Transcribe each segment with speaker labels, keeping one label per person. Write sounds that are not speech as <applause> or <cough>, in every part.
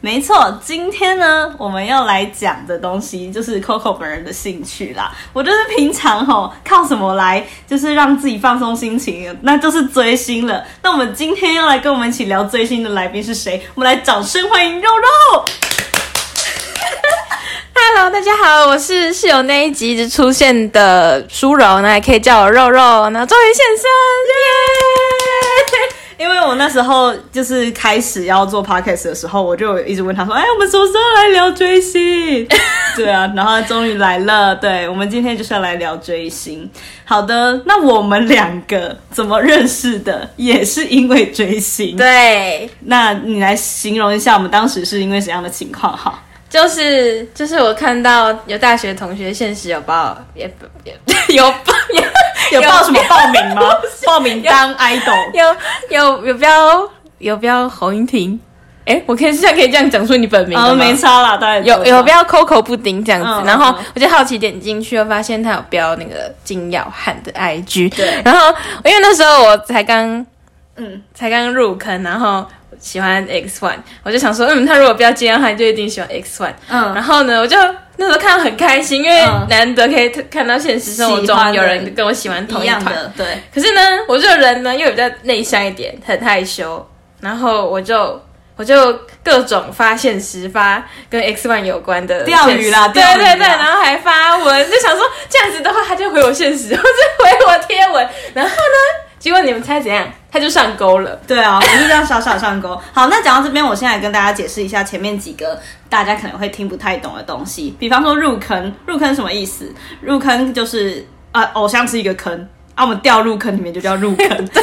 Speaker 1: 没错，今天呢，我们要来讲的东西就是 Coco 本人的兴趣啦。我就是平常吼靠什么来，就是让自己放松心情，那就是追星了。那我们今天要来跟我们一起聊追星的来宾是谁？我们来掌声欢迎肉肉。
Speaker 2: Hello，大家好，我是室友那一集一直出现的苏柔，那也可以叫我肉肉，那终于现身，耶！ <laughs>
Speaker 1: 因为我那时候就是开始要做 podcast 的时候，我就一直问他说：“哎，我们什么时候来聊追星？” <laughs> 对啊，然后他终于来了。对，我们今天就是要来聊追星。好的，那我们两个怎么认识的？也是因为追星。，
Speaker 2: 对，
Speaker 1: 那你来形容一下我们当时是因为什么样的情况哈？
Speaker 2: 就是就是我看到有大学同学现实有报，也不也 <laughs> 有报有
Speaker 1: 有报什么报名吗？ <laughs> 报名当 idol？
Speaker 2: 有有有标有标侯英婷，哎，我可以现在可以这样讲出你本名了
Speaker 1: 哦，
Speaker 2: 吗？
Speaker 1: 没差啦，当然
Speaker 2: 有有
Speaker 1: 要
Speaker 2: 标 Coco 布丁这样子，
Speaker 1: 嗯
Speaker 2: 然后
Speaker 1: 嗯
Speaker 2: 我就好奇点进去，又发现他有标那个金耀汉的 IG，
Speaker 1: 对
Speaker 2: 然后因为那时候我才刚
Speaker 1: 嗯，
Speaker 2: 才刚入坑，然后喜欢 X One，我就想说，嗯，他如果标金耀汉，就一定喜欢 X One，
Speaker 1: 嗯
Speaker 2: 然后呢，我就那时候看到很开心，因为
Speaker 1: 嗯
Speaker 2: 难得可以看到现实生活
Speaker 1: 喜欢
Speaker 2: 中
Speaker 1: 的
Speaker 2: 有人跟我喜欢同
Speaker 1: 一
Speaker 2: 一
Speaker 1: 样
Speaker 2: 团，
Speaker 1: 的，对，
Speaker 2: 可是呢，我这个人呢又比较内向一点，很害羞，然后我就我就各种发现时发跟 X One 有关的
Speaker 1: 钓鱼啦
Speaker 2: 现
Speaker 1: 钓
Speaker 2: 实
Speaker 1: 鱼
Speaker 2: 对
Speaker 1: 啦
Speaker 2: 对对，然后还发文，就想说这样子的话，他就回我现实，或者回我贴文，然后呢，结果你们猜怎样？他就上钩了。
Speaker 1: 对啊，我就这样小小上钩。好，那讲到这边，我现在跟大家解释一下前面几个大家可能会听不太懂的东西，比方说入坑，入坑什么意思？入坑就是啊、偶像是一个坑。啊，我们掉入坑里面就叫入坑。对，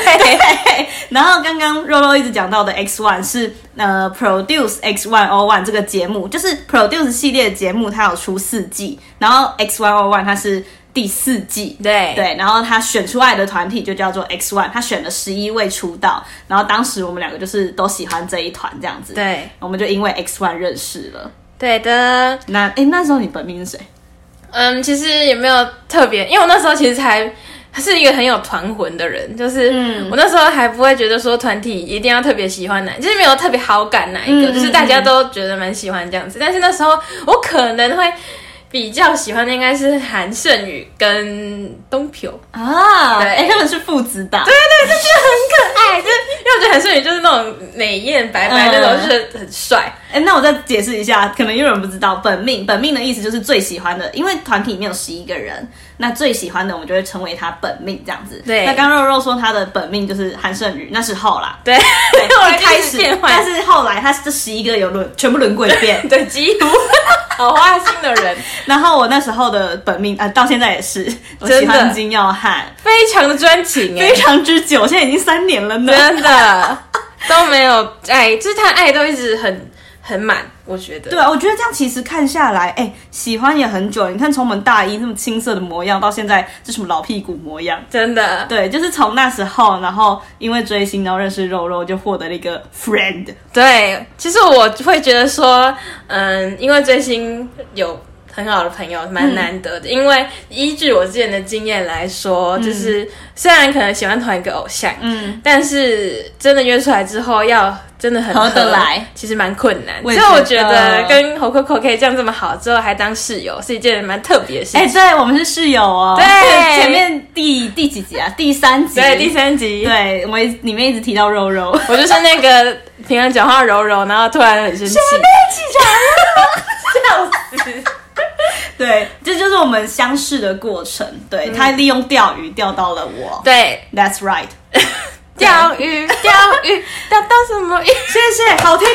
Speaker 1: 然后刚刚肉肉一直讲到的 X One 是呃 Produce X One O One 这个节目，就是 Produce 系列节目，它有出四季，然后 X One O One 它是第四季，
Speaker 2: 对
Speaker 1: 对，然后他选出来的团体就叫做 X One，他选了十一位出道，然后当时我们两个就是都喜欢这一团这样子，，
Speaker 2: 对
Speaker 1: 我们就因为 X One 认识了。
Speaker 2: 对的，
Speaker 1: 那哎，那时候你本命是谁？
Speaker 2: 嗯，其实也没有特别，因为我那时候其实还是一个很有团魂的人，就是
Speaker 1: 嗯
Speaker 2: 我那时候还不会觉得说团体一定要特别喜欢哪，就是没有特别好感哪一个，
Speaker 1: 嗯
Speaker 2: 就是大家都觉得蛮喜欢这样子。但是那时候我可能会比较喜欢的应该是韩胜宇跟东朴，
Speaker 1: 啊，
Speaker 2: 对
Speaker 1: 哎，他们是父子档，对，
Speaker 2: 哎，就是因为我觉得韩胜宇就是那种美艳白白那种，
Speaker 1: 嗯
Speaker 2: 就是很帅。
Speaker 1: 哎，那我再解释一下，可能有人不知道，本命本命的意思就是最喜欢的，因为团体里面有十一个人，那最喜欢的我们就会成为他本命这样子。
Speaker 2: 对
Speaker 1: 那刚刚肉肉说他的本命就是韩胜宇，那时候啦，
Speaker 2: 对，
Speaker 1: 对，
Speaker 2: <laughs> 我
Speaker 1: 一开始
Speaker 2: 变，
Speaker 1: 但
Speaker 2: 换，
Speaker 1: 是后来他这十一个有轮全部轮过一遍，
Speaker 2: 对，几
Speaker 1: <laughs>
Speaker 2: 乎好花心的人，
Speaker 1: 然后我那时候的本命啊、呃到现在也是，我
Speaker 2: 真的
Speaker 1: 喜欢金耀
Speaker 2: <laughs>
Speaker 1: 汉，
Speaker 2: 非常的专情、哎。
Speaker 1: 非常之久，现在已经三年了呢。<laughs>
Speaker 2: 真的都没有爱，就是他的爱都一直很很满，我觉得。
Speaker 1: 对啊，我觉得这样其实看下来，哎，喜欢也很久。你看从我们大一那么青涩的模样，到现在这什么老屁股模样。
Speaker 2: 真的，
Speaker 1: 对，就是从那时候，然后因为追星，然后认识肉肉，就获得了一个 friend。
Speaker 2: 对，其实我会觉得说，嗯，因为追星有很好的朋友
Speaker 1: 嗯
Speaker 2: 蛮难得的，因为依据我之前的经验来说，就是虽然可能喜欢同一个偶像，
Speaker 1: 嗯，
Speaker 2: 但是真的约出来之后要真的很
Speaker 1: 合得来，
Speaker 2: 其实蛮困难。
Speaker 1: 我
Speaker 2: 所
Speaker 1: 也
Speaker 2: 以我
Speaker 1: 觉
Speaker 2: 觉
Speaker 1: 得
Speaker 2: 得跟侯可可可以这样这么好，之后还当室友，是一件蛮特别的事情。
Speaker 1: 哎，对，我们是室友哦。
Speaker 2: 对
Speaker 1: 前面第第几集啊？第三集。
Speaker 2: 对，第。三集，
Speaker 1: 对，我们里面一直提到肉肉。
Speaker 2: 我就是那个平常讲话柔柔，然后突然很生气。
Speaker 1: 起床了，笑死。对，这就是我们相识的过程。对、他利用钓鱼钓到了我。
Speaker 2: 对，
Speaker 1: That's right。
Speaker 2: 钓鱼，钓鱼， <laughs> 钓到什么鱼？
Speaker 1: 谢谢，好听。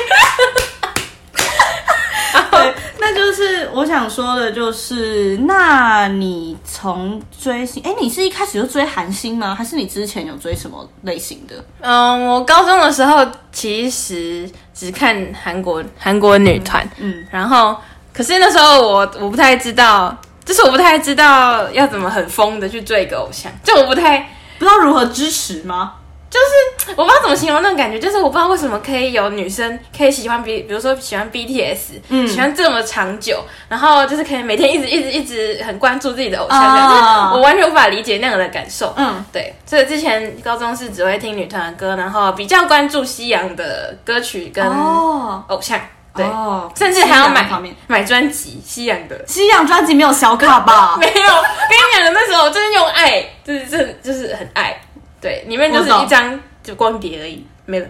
Speaker 1: 对，那就是我想说的，就是那你从追星，哎，你是一开始就追韩星吗？还是你之前有追什么类型的？
Speaker 2: <laughs> 嗯，我高中的时候其实只看韩国韩国女团，
Speaker 1: 嗯
Speaker 2: 然后可是那时候我我不太知道，就是我不太知道要怎么很疯的去追一个偶像，就我不太
Speaker 1: 不知道如何支持吗？
Speaker 2: 就是我不知道怎么形容那种感觉，就是我不知道为什么可以有女生可以喜欢 B，比如说喜欢 BTS，嗯，喜欢这么长久，然后就是可以每天一直一直一直很关注自己的偶像，
Speaker 1: 啊
Speaker 2: 这样就是我完全无法理解那样的感受。
Speaker 1: 嗯，
Speaker 2: 对，所以之前高中是只会听女团的歌，然后比较关注西洋的歌曲跟
Speaker 1: 哦，
Speaker 2: 偶像，对，
Speaker 1: 哦
Speaker 2: 甚至还要
Speaker 1: 西洋
Speaker 2: 买
Speaker 1: 方面
Speaker 2: 买专辑西洋的。
Speaker 1: 西洋专 <laughs> 辑没有小卡吧？
Speaker 2: 没有，跟你讲的那时候真的用爱，就是真就是很爱，对，里面就是
Speaker 1: 我懂
Speaker 2: 一张就光碟而已，没了。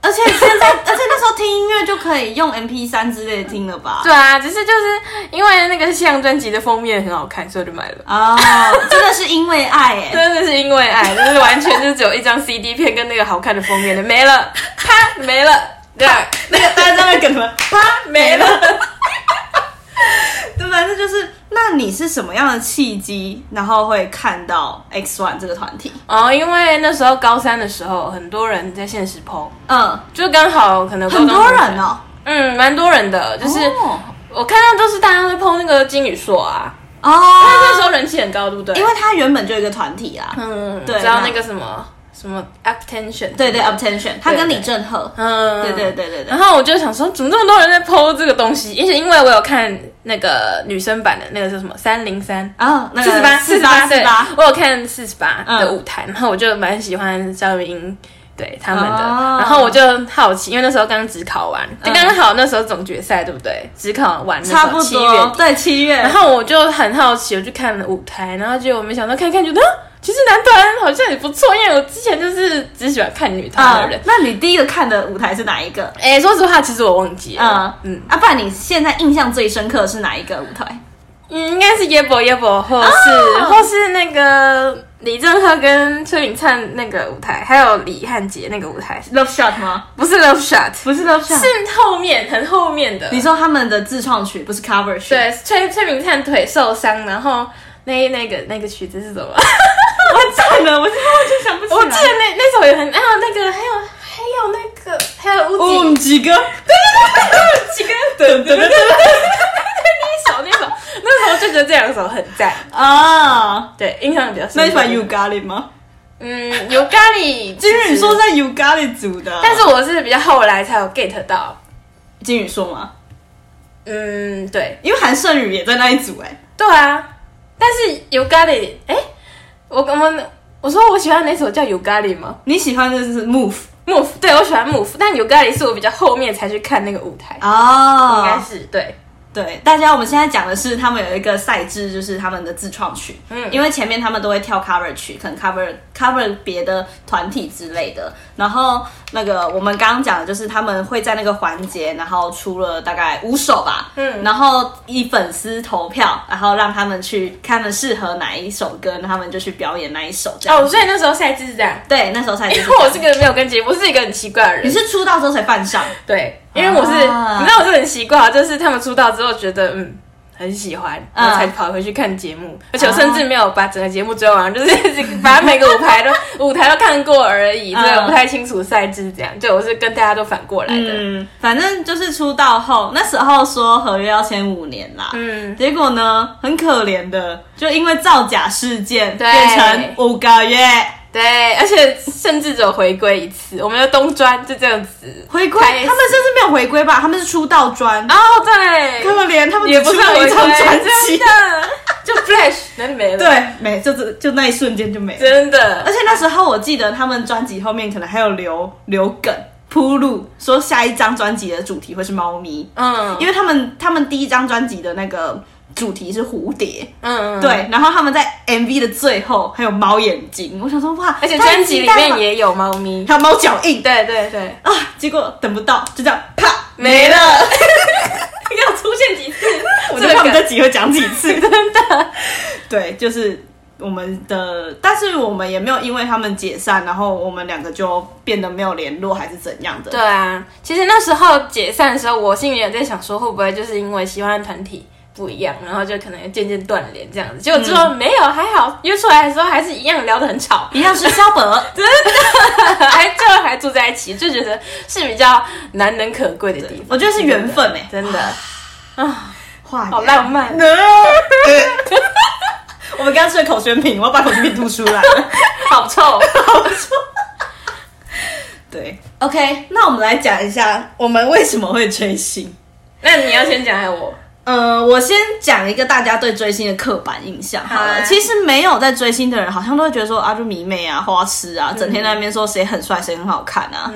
Speaker 1: 而且现在，而且那时候听音乐就可以用 M P 三之类的听了吧？
Speaker 2: <laughs> 对啊，只是就是因为那个西洋专辑的封面很好看，所以我就买了。
Speaker 1: 哦，真的是因为爱哎、
Speaker 2: 真的是因为爱，就是完全就是只有一张 CD 片跟那个好看的封面的没了，啪没了，对，
Speaker 1: 那个大家在那个什么，
Speaker 2: 啪没了。 <laughs>
Speaker 1: 对，反正就是，那你是什么样的契机，然后会看到 X One 这个团体？
Speaker 2: 哦，因为那时候高三的时候，很多人在现实 PO，
Speaker 1: 嗯，
Speaker 2: 就刚好可能高
Speaker 1: 很
Speaker 2: 中
Speaker 1: 多
Speaker 2: 同学
Speaker 1: 人哦，
Speaker 2: 嗯，蛮多人的，就是、
Speaker 1: 哦
Speaker 2: 我看到都是大家在 PO 那个金宇硕啊，他那时
Speaker 1: 哦，
Speaker 2: 候人气很高，对不对？
Speaker 1: 因为他原本就有一个团体啊，
Speaker 2: 嗯，
Speaker 1: 对
Speaker 2: 知道
Speaker 1: 那
Speaker 2: 那个什么什么 attention，
Speaker 1: 对对，Attention，他跟李正赫，
Speaker 2: 嗯，
Speaker 1: 对对。对对对
Speaker 2: 然，后我就想说，怎么这么多人在 PO 这个东西？而且因为我有看那个女生版的那个是什么三零三。
Speaker 1: 啊，那
Speaker 2: 四十八，
Speaker 1: 四
Speaker 2: 四
Speaker 1: 十
Speaker 2: 十
Speaker 1: 八，
Speaker 2: 八，
Speaker 1: 四
Speaker 2: 对
Speaker 1: 十八，，
Speaker 2: 我有看四十八
Speaker 1: 嗯
Speaker 2: 的舞台，然后我就蛮喜欢赵云英对他们的，
Speaker 1: 哦
Speaker 2: 然后我就好奇，因为那时候刚只考完，就刚好那时候总决赛对不对？只考完的时
Speaker 1: 嗯
Speaker 2: 候
Speaker 1: 差不
Speaker 2: 七月
Speaker 1: 多，
Speaker 2: 底
Speaker 1: 对，七月
Speaker 2: 然，后我就很好奇，我去看了舞台，然后结果没想到看一看觉得，啊其实男团好像也不错，因为我之前就是只喜欢看女团
Speaker 1: 啊
Speaker 2: 的人，。
Speaker 1: 那你第一个看的舞台是哪一个？
Speaker 2: 哎、说实话，其实我忘记
Speaker 1: 嗯
Speaker 2: 了，嗯
Speaker 1: 嗯，啊，不然你现在印象最深刻的是哪一个舞台？
Speaker 2: 嗯，应该是 Yebo Yebo，或是、或是那个李正赫跟崔允灿那个舞台，还有李汉杰那个舞台，
Speaker 1: Love Shot 吗？
Speaker 2: 不是 Love Shot，
Speaker 1: 不是 Love Shot，
Speaker 2: 是后面很后面的。
Speaker 1: 你说他们的自创曲不是 cover 曲？，
Speaker 2: 对，崔崔允灿腿受伤，然后那那个那个曲子是什么？
Speaker 1: 完蛋了，我现在完全想不
Speaker 2: <laughs> 我记得那那首也很，还有那个，还有还有那个，还有乌
Speaker 1: 我
Speaker 2: 鸡、
Speaker 1: 们几个，
Speaker 2: 几个
Speaker 1: 对对对对
Speaker 2: 那首那首，那时候就觉得这两首很赞，
Speaker 1: 啊！
Speaker 2: 对，印象比较深刻。
Speaker 1: 那一款 You Got It 吗？
Speaker 2: 嗯，有咖喱，
Speaker 1: 金宇硕，在 You Got It 组的，
Speaker 2: 但是我是比较后来才有 get 到。
Speaker 1: 金宇硕吗？
Speaker 2: 嗯，对，
Speaker 1: 因为韩胜宇也在那一组哎、
Speaker 2: 对啊，但是有咖喱，哎，我我们我说我喜欢哪首叫有咖喱吗
Speaker 1: 你喜欢的是 Move
Speaker 2: ？Move，对我喜欢 Move，但有咖喱是我比较后面才去看那个舞台，
Speaker 1: 哦
Speaker 2: 应该是对。
Speaker 1: 对，大家，我们现在讲的是他们有一个赛制，就是他们的自创曲。嗯，
Speaker 2: 嗯
Speaker 1: 因为前面他们都会跳 cover 曲，可能 cover cover 别的团体之类的。然后那个我们刚刚讲的就是他们会在那个环节，然后出了大概五首吧。嗯，然后以粉丝投票，然后让他们去看他们适合哪一首歌，那他们就去表演那一首这样。
Speaker 2: 哦，所以那时候赛制是
Speaker 1: <laughs>
Speaker 2: 这样，
Speaker 1: 对，那时候才
Speaker 2: 因为我是个没有跟节目，我是一个很奇怪的人
Speaker 1: 你。是出道之后才犯上，
Speaker 2: 对，因为我是，
Speaker 1: 啊
Speaker 2: 你知道我是很奇怪，就是他们出道之后觉得嗯很喜欢，
Speaker 1: 嗯
Speaker 2: 然后才跑回去看节目，而且我甚至没有把整个节目追完，就是把每个舞台都舞台都看过而已，
Speaker 1: 嗯
Speaker 2: 所以我不太清楚赛制这样。对，我是跟大家都反过来的。
Speaker 1: 嗯，反正就是出道后，那时候说合约要签五年啦，
Speaker 2: 嗯，
Speaker 1: 结果呢，很可怜的，就因为造假事件
Speaker 2: 对
Speaker 1: 变成五个月
Speaker 2: 对，而且甚至只有回归一次，我们的东专就这样子
Speaker 1: 回归，
Speaker 2: 开始
Speaker 1: 他们甚至没有回归吧？他们是出道专，
Speaker 2: 哦，对，
Speaker 1: 可怜他们
Speaker 2: 也
Speaker 1: 只
Speaker 2: 不
Speaker 1: 出
Speaker 2: 是
Speaker 1: 了
Speaker 2: 回
Speaker 1: 一张
Speaker 2: 归，
Speaker 1: 专
Speaker 2: 真 <laughs>
Speaker 1: 辑，
Speaker 2: 的就 flash 那就没了，，
Speaker 1: 对，没，就只就那一瞬间就没了。
Speaker 2: 真的
Speaker 1: 而。且那时候我记得他们专辑后面可能还有留留梗铺路，说下一张专辑的主题会是猫咪，
Speaker 2: 嗯
Speaker 1: 因为他们他们第一张专辑的那个主题是蝴蝶，
Speaker 2: 嗯，嗯，
Speaker 1: 对，然后他们在 MV 的最后还有猫眼睛，我想说哇，
Speaker 2: 而且
Speaker 1: 太
Speaker 2: 专辑
Speaker 1: 期
Speaker 2: 里
Speaker 1: 待了
Speaker 2: 面也有猫咪。
Speaker 1: 还有猫脚印，
Speaker 2: 对对对，
Speaker 1: 啊，结果等不到，就这样啪。
Speaker 2: 没了
Speaker 1: <laughs>
Speaker 2: 要出现几次？
Speaker 1: 我
Speaker 2: 这
Speaker 1: 就看我
Speaker 2: 个
Speaker 1: 们这集会讲几次，
Speaker 2: <laughs> 真的，
Speaker 1: 对，就是我们的，但是我们也没有因为他们解散，然后我们两个就变得没有联络，还是怎样的？
Speaker 2: 对啊。其实那时候解散的时候，我心里也在想说，会不会就是因为喜欢的团体不一样，然后就可能渐渐断联这样子。结果之后没有，还好约出来的时候还是一样聊得很吵，
Speaker 1: 一样是肖
Speaker 2: <laughs>
Speaker 1: 伯，
Speaker 2: 还最后还住在一起，就觉得是比较难能可贵的地方。
Speaker 1: 欸我觉得是缘分哎、
Speaker 2: 真的，
Speaker 1: 画
Speaker 2: 好浪漫。
Speaker 1: <laughs> 我们刚刚吃了口宣品，我要把口宣品吐出来。
Speaker 2: 好臭。
Speaker 1: 对，OK，那我们来讲一下我们为什么会追星。
Speaker 2: <laughs> 那你要先讲还是我？
Speaker 1: 呃，我先讲一个大家对追星的刻板印象好
Speaker 2: 好
Speaker 1: 了。
Speaker 2: 啊
Speaker 1: 其实没有在追星的人，好像都会觉得说啊，就迷妹啊、花痴啊，整天在那边说谁很帅、谁很好看啊。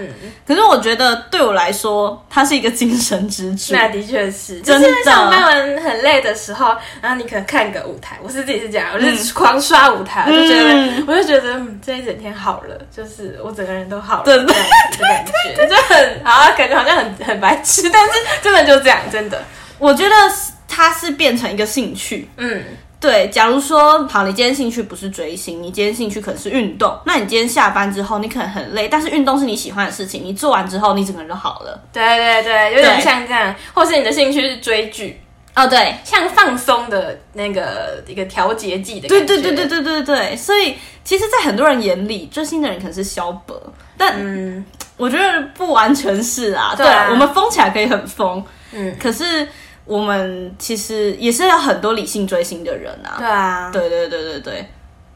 Speaker 1: 可是我觉得对我来说，它是一个精神支柱。
Speaker 2: 那的确是，就
Speaker 1: 真的
Speaker 2: 是上班完很累的时候，然后你可能看个舞台，我是自己是这样，我就是狂刷舞台，我就觉得，
Speaker 1: 嗯
Speaker 2: 我就觉得、嗯、这一整天好了，就是我整个人都好了，
Speaker 1: 对对
Speaker 2: 这样子的感觉就很好像感觉好像很很白痴，但是真的就这样，真的，
Speaker 1: 我觉得它是变成一个兴趣。
Speaker 2: 嗯，
Speaker 1: 对，假如说好，你今天兴趣不是追星，你今天兴趣可能是运动。那你今天下班之后，你可能很累，但是运动是你喜欢的事情，你做完之后，你整个人就好了。
Speaker 2: 对对对，有点
Speaker 1: 对
Speaker 2: 像这样，或是你的兴趣是追剧，
Speaker 1: 哦，对，
Speaker 2: 像放松的那个一个调节剂的感
Speaker 1: 对
Speaker 2: 觉，
Speaker 1: 对对对对对对，所以其实，在很多人眼里，追星的人可能是萧伯，但
Speaker 2: 嗯，
Speaker 1: 我觉得不完全是啊。
Speaker 2: 对啊
Speaker 1: 我们疯起来可以很疯，
Speaker 2: 嗯，
Speaker 1: 可是我们其实也是有很多理性追星的人啊。
Speaker 2: 对啊，
Speaker 1: 对对对对对，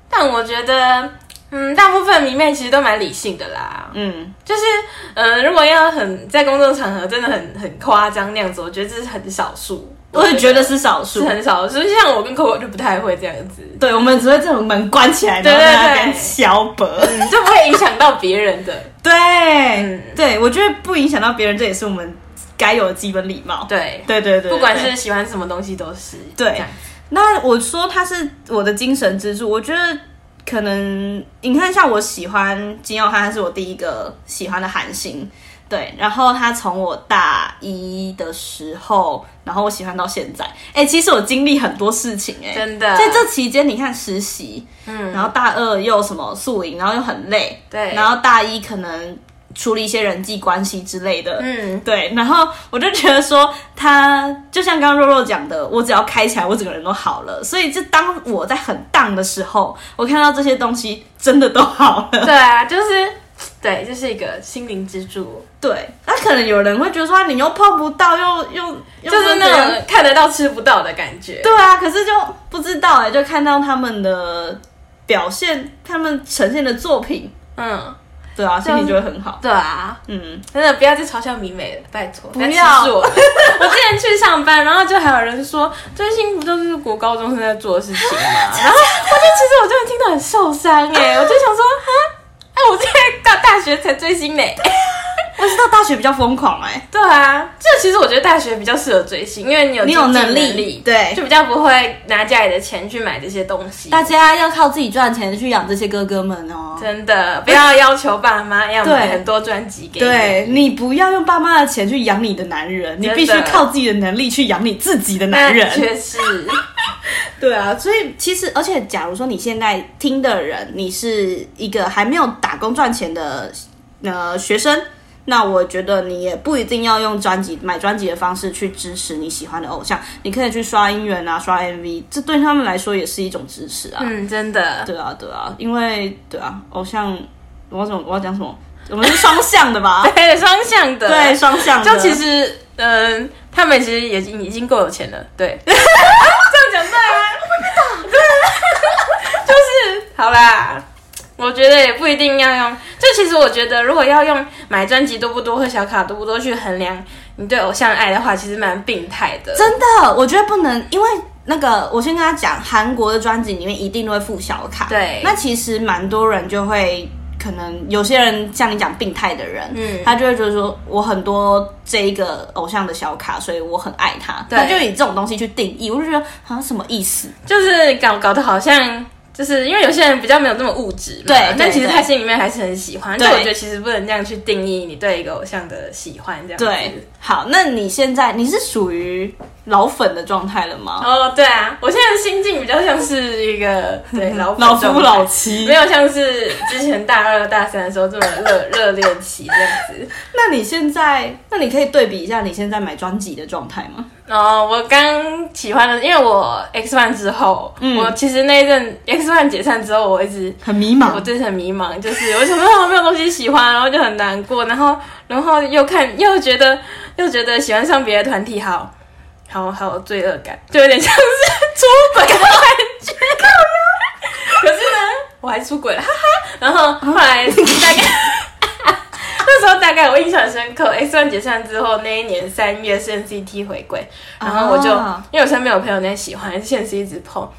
Speaker 2: 但我觉得，嗯，大部分迷妹其实都蛮理性的啦。
Speaker 1: 嗯，
Speaker 2: 就是，呃，如果要很在公众场合真的很很夸张那样子，我觉得这是很少数。
Speaker 1: 我也觉得是少
Speaker 2: 是
Speaker 1: 数。
Speaker 2: 很少数，就像我跟 Coco 就不太会这样子，
Speaker 1: 对，我们只会这种门关起来，然后
Speaker 2: 对对
Speaker 1: 在那
Speaker 2: 对
Speaker 1: 边萧伯。
Speaker 2: 嗯，就不会影响到别人的。
Speaker 1: 对、
Speaker 2: 嗯
Speaker 1: 对，我觉得不影响到别人，这也是我们该有的基本礼貌。
Speaker 2: 对，
Speaker 1: 对对对对，
Speaker 2: 不管
Speaker 1: 对
Speaker 2: 是喜欢什么东西都是
Speaker 1: 对
Speaker 2: 这样子
Speaker 1: 那我说他是我的精神支柱，我觉得可能你看，像我喜欢金耀汉，他是我第一个喜欢的韩星，对。然后他从我大一的时候，然后我喜欢到现在，哎、其实我经历很多事情、哎，
Speaker 2: 真的
Speaker 1: 在这期间，你看实习，
Speaker 2: 嗯，
Speaker 1: 然后大二又什么宿营，然后又很累，
Speaker 2: 对
Speaker 1: 然后大一可能处理一些人际关系之类的，
Speaker 2: 嗯，
Speaker 1: 对，然后我就觉得说他，就像刚刚肉肉讲的，我只要开起来，我整个人都好了。所以，就当我在很荡的时候，我看到这些东西，真的都好了。
Speaker 2: 对啊，就是，对，这是一个心灵支柱，
Speaker 1: 对，那可能有人会觉得说，啊你又碰不到，又又又
Speaker 2: 就是
Speaker 1: 怎样
Speaker 2: 那种看得到吃不到的感觉。
Speaker 1: 对啊，可是就不知道哎、就看到他们的表现，他们呈现的作品，
Speaker 2: 嗯，
Speaker 1: 对啊，心情就会很好。
Speaker 2: 对啊，
Speaker 1: 嗯，
Speaker 2: 真的不要再嘲笑迷美了，拜托，不
Speaker 1: 要
Speaker 2: 歧视我。 <laughs> 我之前去上班，然后就还有人说追星不就是国高中生在做的
Speaker 1: <laughs>
Speaker 2: 事情吗？然后我就其实我真的听到很受伤
Speaker 1: <laughs>
Speaker 2: 哎、我就想说啊，哎、我现在到大学才追星呢、
Speaker 1: 我是到大学比较疯狂哎、
Speaker 2: 对啊，这其实我觉得大学比较适合追星，因为你有
Speaker 1: 你有
Speaker 2: 经济
Speaker 1: 能力对
Speaker 2: 就比较不会拿家里的钱去买这些东西。
Speaker 1: 大家要靠自己赚钱去养这些哥哥们哦。
Speaker 2: 真的不要要求爸妈要买
Speaker 1: 对
Speaker 2: 很多专辑给你。
Speaker 1: 对你不要用爸妈的钱去养你的男人，你
Speaker 2: 真的
Speaker 1: 必须靠自己的能力去养你自己的
Speaker 2: 那
Speaker 1: 男人。
Speaker 2: <laughs> 确
Speaker 1: <laughs>
Speaker 2: 实，
Speaker 1: 对啊，所以其实，而且假如说你现在听的人，你是一个还没有打工赚钱的呃学生，那我觉得你也不一定要用专辑买专辑的方式去支持你喜欢的偶像，你可以去刷音源啊，刷 MV，这对他们来说也是一种支持啊。
Speaker 2: 嗯，真的。
Speaker 1: 对啊，对啊，因为对啊，偶像，我要怎么我要讲什么？我们是双向的
Speaker 2: <laughs>
Speaker 1: 吧？
Speaker 2: 对，双向的。
Speaker 1: 对，双向的。
Speaker 2: 就其实，嗯、他们其实也已经已经够有钱了，
Speaker 1: <laughs>
Speaker 2: 对。这样讲对啊，对，就是好啦。我觉得也不一定要用，就其实我觉得，如果要用买专辑多不多或小卡多不多去衡量你对偶像的爱的话，其实蛮病态的。
Speaker 1: 真的，我觉得不能，因为那个，我先跟他讲，韩国的专辑里面一定都会附小卡。
Speaker 2: 对
Speaker 1: 那其实蛮多人就会，可能有些人像你讲病态的人，
Speaker 2: 嗯
Speaker 1: 他就会觉得说我很多这一个偶像的小卡，所以我很爱他，
Speaker 2: 对
Speaker 1: 他就以这种东西去定义，我就觉得好像什么意思？
Speaker 2: 就是搞搞得好像就是因为有些人比较没有这么物质嘛，
Speaker 1: 对对
Speaker 2: 但其实
Speaker 1: 对
Speaker 2: 他心里面还是很喜欢。
Speaker 1: 对
Speaker 2: 就我觉得其实不能这样去定义你对一个偶像的喜欢，这样子
Speaker 1: 对，好，那你现在你是属于老粉的状态了吗？
Speaker 2: 哦，对啊，我现在的心境比较像是一个对老
Speaker 1: 嗯老
Speaker 2: 夫
Speaker 1: 夫老，
Speaker 2: <laughs>
Speaker 1: 妻
Speaker 2: 没。有像是之前大二大三的时候这么热热恋期这样子。
Speaker 1: 那你现在，那你可以对比一下你现在买专辑的状态吗？
Speaker 2: 然后哦我刚喜欢的，因为我 X One 之后，
Speaker 1: 嗯
Speaker 2: 我其实那一阵 X One 解散之后，我一直
Speaker 1: 很迷
Speaker 2: 我
Speaker 1: 茫。
Speaker 2: 真的很迷茫，就是我想说啊没有东西喜欢，然后就很难过，然后然后又看又觉得又觉得喜欢上别的团体好然后还有罪恶感，就有点像是出轨的感觉。可是呢，我还出轨了，哈哈。然后后来大概那时候大概我印象很深刻，X 哎战解散之后那一年三月，现 CT 回归，然后我就、
Speaker 1: 哦
Speaker 2: 因为我身边有朋友在喜欢，现 C 一直碰，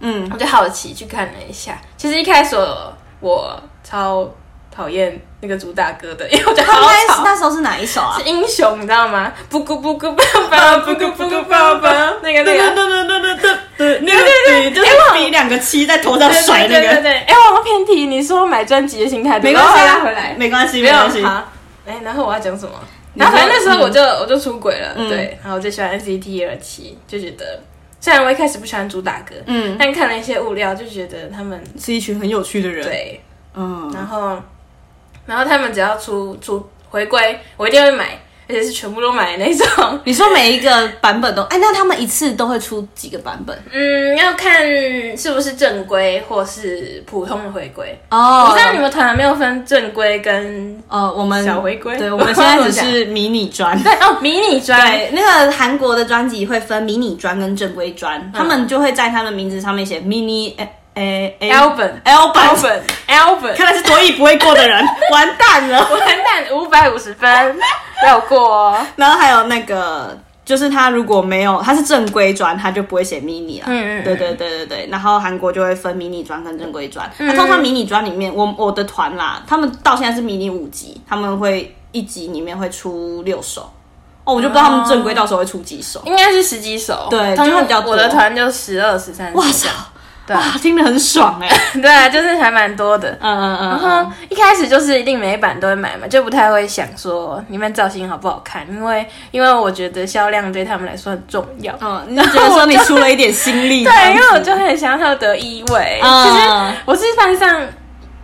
Speaker 1: 嗯
Speaker 2: 我就好奇去看了一下。其实一开始我我超讨厌那个朱大哥的，因为我觉得
Speaker 1: 他
Speaker 2: 好
Speaker 1: 们哦那
Speaker 2: 吵。
Speaker 1: 那时候是哪一首啊
Speaker 2: 是？英雄，你知道吗？不咕不咕叭叭，不咕不咕叭叭，那个那个，
Speaker 1: 噔噔噔噔，那个就是比两个七在头上甩那
Speaker 2: 对对
Speaker 1: 个，
Speaker 2: 对。哎，我们偏题，你说买专辑的心态，
Speaker 1: 没关系
Speaker 2: 我
Speaker 1: 啊
Speaker 2: 拉回来，
Speaker 1: 没关系，
Speaker 2: 没
Speaker 1: 没
Speaker 2: 有
Speaker 1: 关系。
Speaker 2: 好。哎，然后我要讲什么？
Speaker 1: 你
Speaker 2: 然后反正那时
Speaker 1: 说
Speaker 2: 候我就我就出轨了，
Speaker 1: 嗯
Speaker 2: 对。然后我最喜欢 NCT 二七，就觉得虽然我一开始不喜欢主打歌，
Speaker 1: 嗯，
Speaker 2: 但看了一些物料，就觉得他们
Speaker 1: 是一群很有趣的人。，
Speaker 2: 对，
Speaker 1: 嗯，
Speaker 2: 然后然后他们只要出出回归，我一定会买，而且是全部都买的那种。
Speaker 1: 你说每一个版本都，哎，那他们一次都会出几个版本？
Speaker 2: <laughs> 嗯，要看是不是正规或是普通的回归。
Speaker 1: 哦
Speaker 2: 我不知道你们团有没有分正规跟
Speaker 1: 呃，我们
Speaker 2: 小回归
Speaker 1: 对，我们现在只是迷你 <laughs> 专。
Speaker 2: 对哦迷你专。
Speaker 1: 对，那个韩国的专辑会分迷你专跟正规专，他们就会在他们名字上面写 mini 诶诶诶
Speaker 2: Album
Speaker 1: album，
Speaker 2: Albert Albert，
Speaker 1: 看来是多艺不会过的人， <laughs> 完蛋了。
Speaker 2: 完蛋，五百五十 <laughs> 分，没有过哦。
Speaker 1: 然后还有那个，就是他如果没有他是正规专，他就不会写 mini 了。
Speaker 2: 嗯嗯嗯
Speaker 1: 对对对对对。然后韩国就会分迷你专跟正规专。
Speaker 2: 嗯
Speaker 1: 那、通常迷你专里面，我我的团啦，他们到现在是迷你五集，他们会一集里面会出六首。哦，我就不知道他们正规到时候会出几首。
Speaker 2: 应该是十几首，
Speaker 1: 对
Speaker 2: 通
Speaker 1: 就是
Speaker 2: 常
Speaker 1: 比较多
Speaker 2: 我的团就十二、十三，
Speaker 1: 哇
Speaker 2: 这
Speaker 1: 塞
Speaker 2: 样，对
Speaker 1: 哇，听得很爽哎、
Speaker 2: 对啊，就是还蛮多的。
Speaker 1: 嗯嗯嗯
Speaker 2: 然
Speaker 1: 嗯，
Speaker 2: 后一开始就是一定每一版都会买嘛，就不太会想说你们造型好不好看，因为因为我觉得销量对他们来说很重要。
Speaker 1: 嗯，你就觉得说你出了一点心力，
Speaker 2: <laughs> 对，因为我就很想要得一位。
Speaker 1: 嗯
Speaker 2: 其实我是班上